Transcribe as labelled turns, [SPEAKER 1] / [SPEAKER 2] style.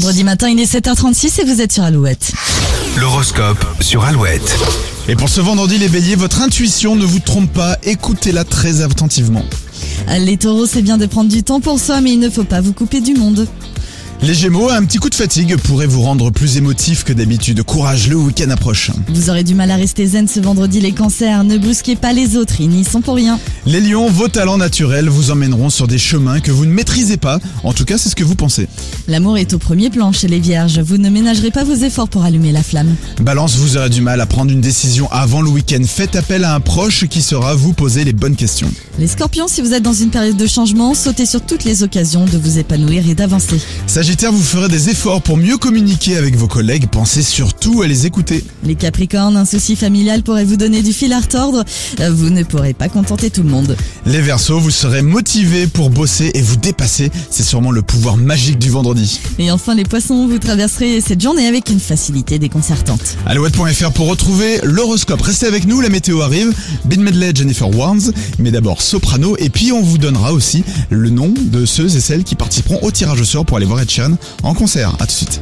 [SPEAKER 1] samedi matin, il est 7h36 et vous êtes sur Alouette.
[SPEAKER 2] L'horoscope sur Alouette.
[SPEAKER 3] Et pour ce vendredi, les béliers, votre intuition ne vous trompe pas, écoutez-la très attentivement.
[SPEAKER 1] Les taureaux, c'est bien de prendre du temps pour soi, mais il ne faut pas vous couper du monde.
[SPEAKER 3] Les gémeaux, un petit coup de fatigue pourrait vous rendre plus émotif que d'habitude. Courage, le week-end approche.
[SPEAKER 1] Vous aurez du mal à rester zen ce vendredi, les cancers. Ne brusquez pas les autres, ils n'y sont pour rien.
[SPEAKER 3] Les lions, vos talents naturels vous emmèneront sur des chemins que vous ne maîtrisez pas. En tout cas, c'est ce que vous pensez.
[SPEAKER 1] L'amour est au premier plan chez les vierges. Vous ne ménagerez pas vos efforts pour allumer la flamme.
[SPEAKER 3] Balance, vous aurez du mal à prendre une décision avant le week-end. Faites appel à un proche qui saura vous poser les bonnes questions.
[SPEAKER 1] Les scorpions, si vous êtes dans une période de changement, sautez sur toutes les occasions de vous épanouir et d'avancer.
[SPEAKER 3] Sagittaire, vous ferez des efforts pour mieux communiquer avec vos collègues. Pensez surtout à les écouter.
[SPEAKER 1] Les capricornes, un souci familial pourrait vous donner du fil à retordre. Euh, Vous ne pourrez pas contenter tout le monde.
[SPEAKER 3] Les Verseaux, vous serez motivés pour bosser et vous dépasser. C'est sûrement le pouvoir magique du vendredi.
[SPEAKER 1] Et enfin, les poissons, vous traverserez cette journée avec une facilité déconcertante.
[SPEAKER 3] Alouette.fr pour retrouver l'horoscope. Restez avec nous, la météo arrive. Bin Medley, Jennifer Warnes, mais d'abord Soprano. Et puis on vous donnera aussi le nom de ceux et celles qui participeront au tirage au sort pour aller voir Ed Sheeran en concert. À tout de suite.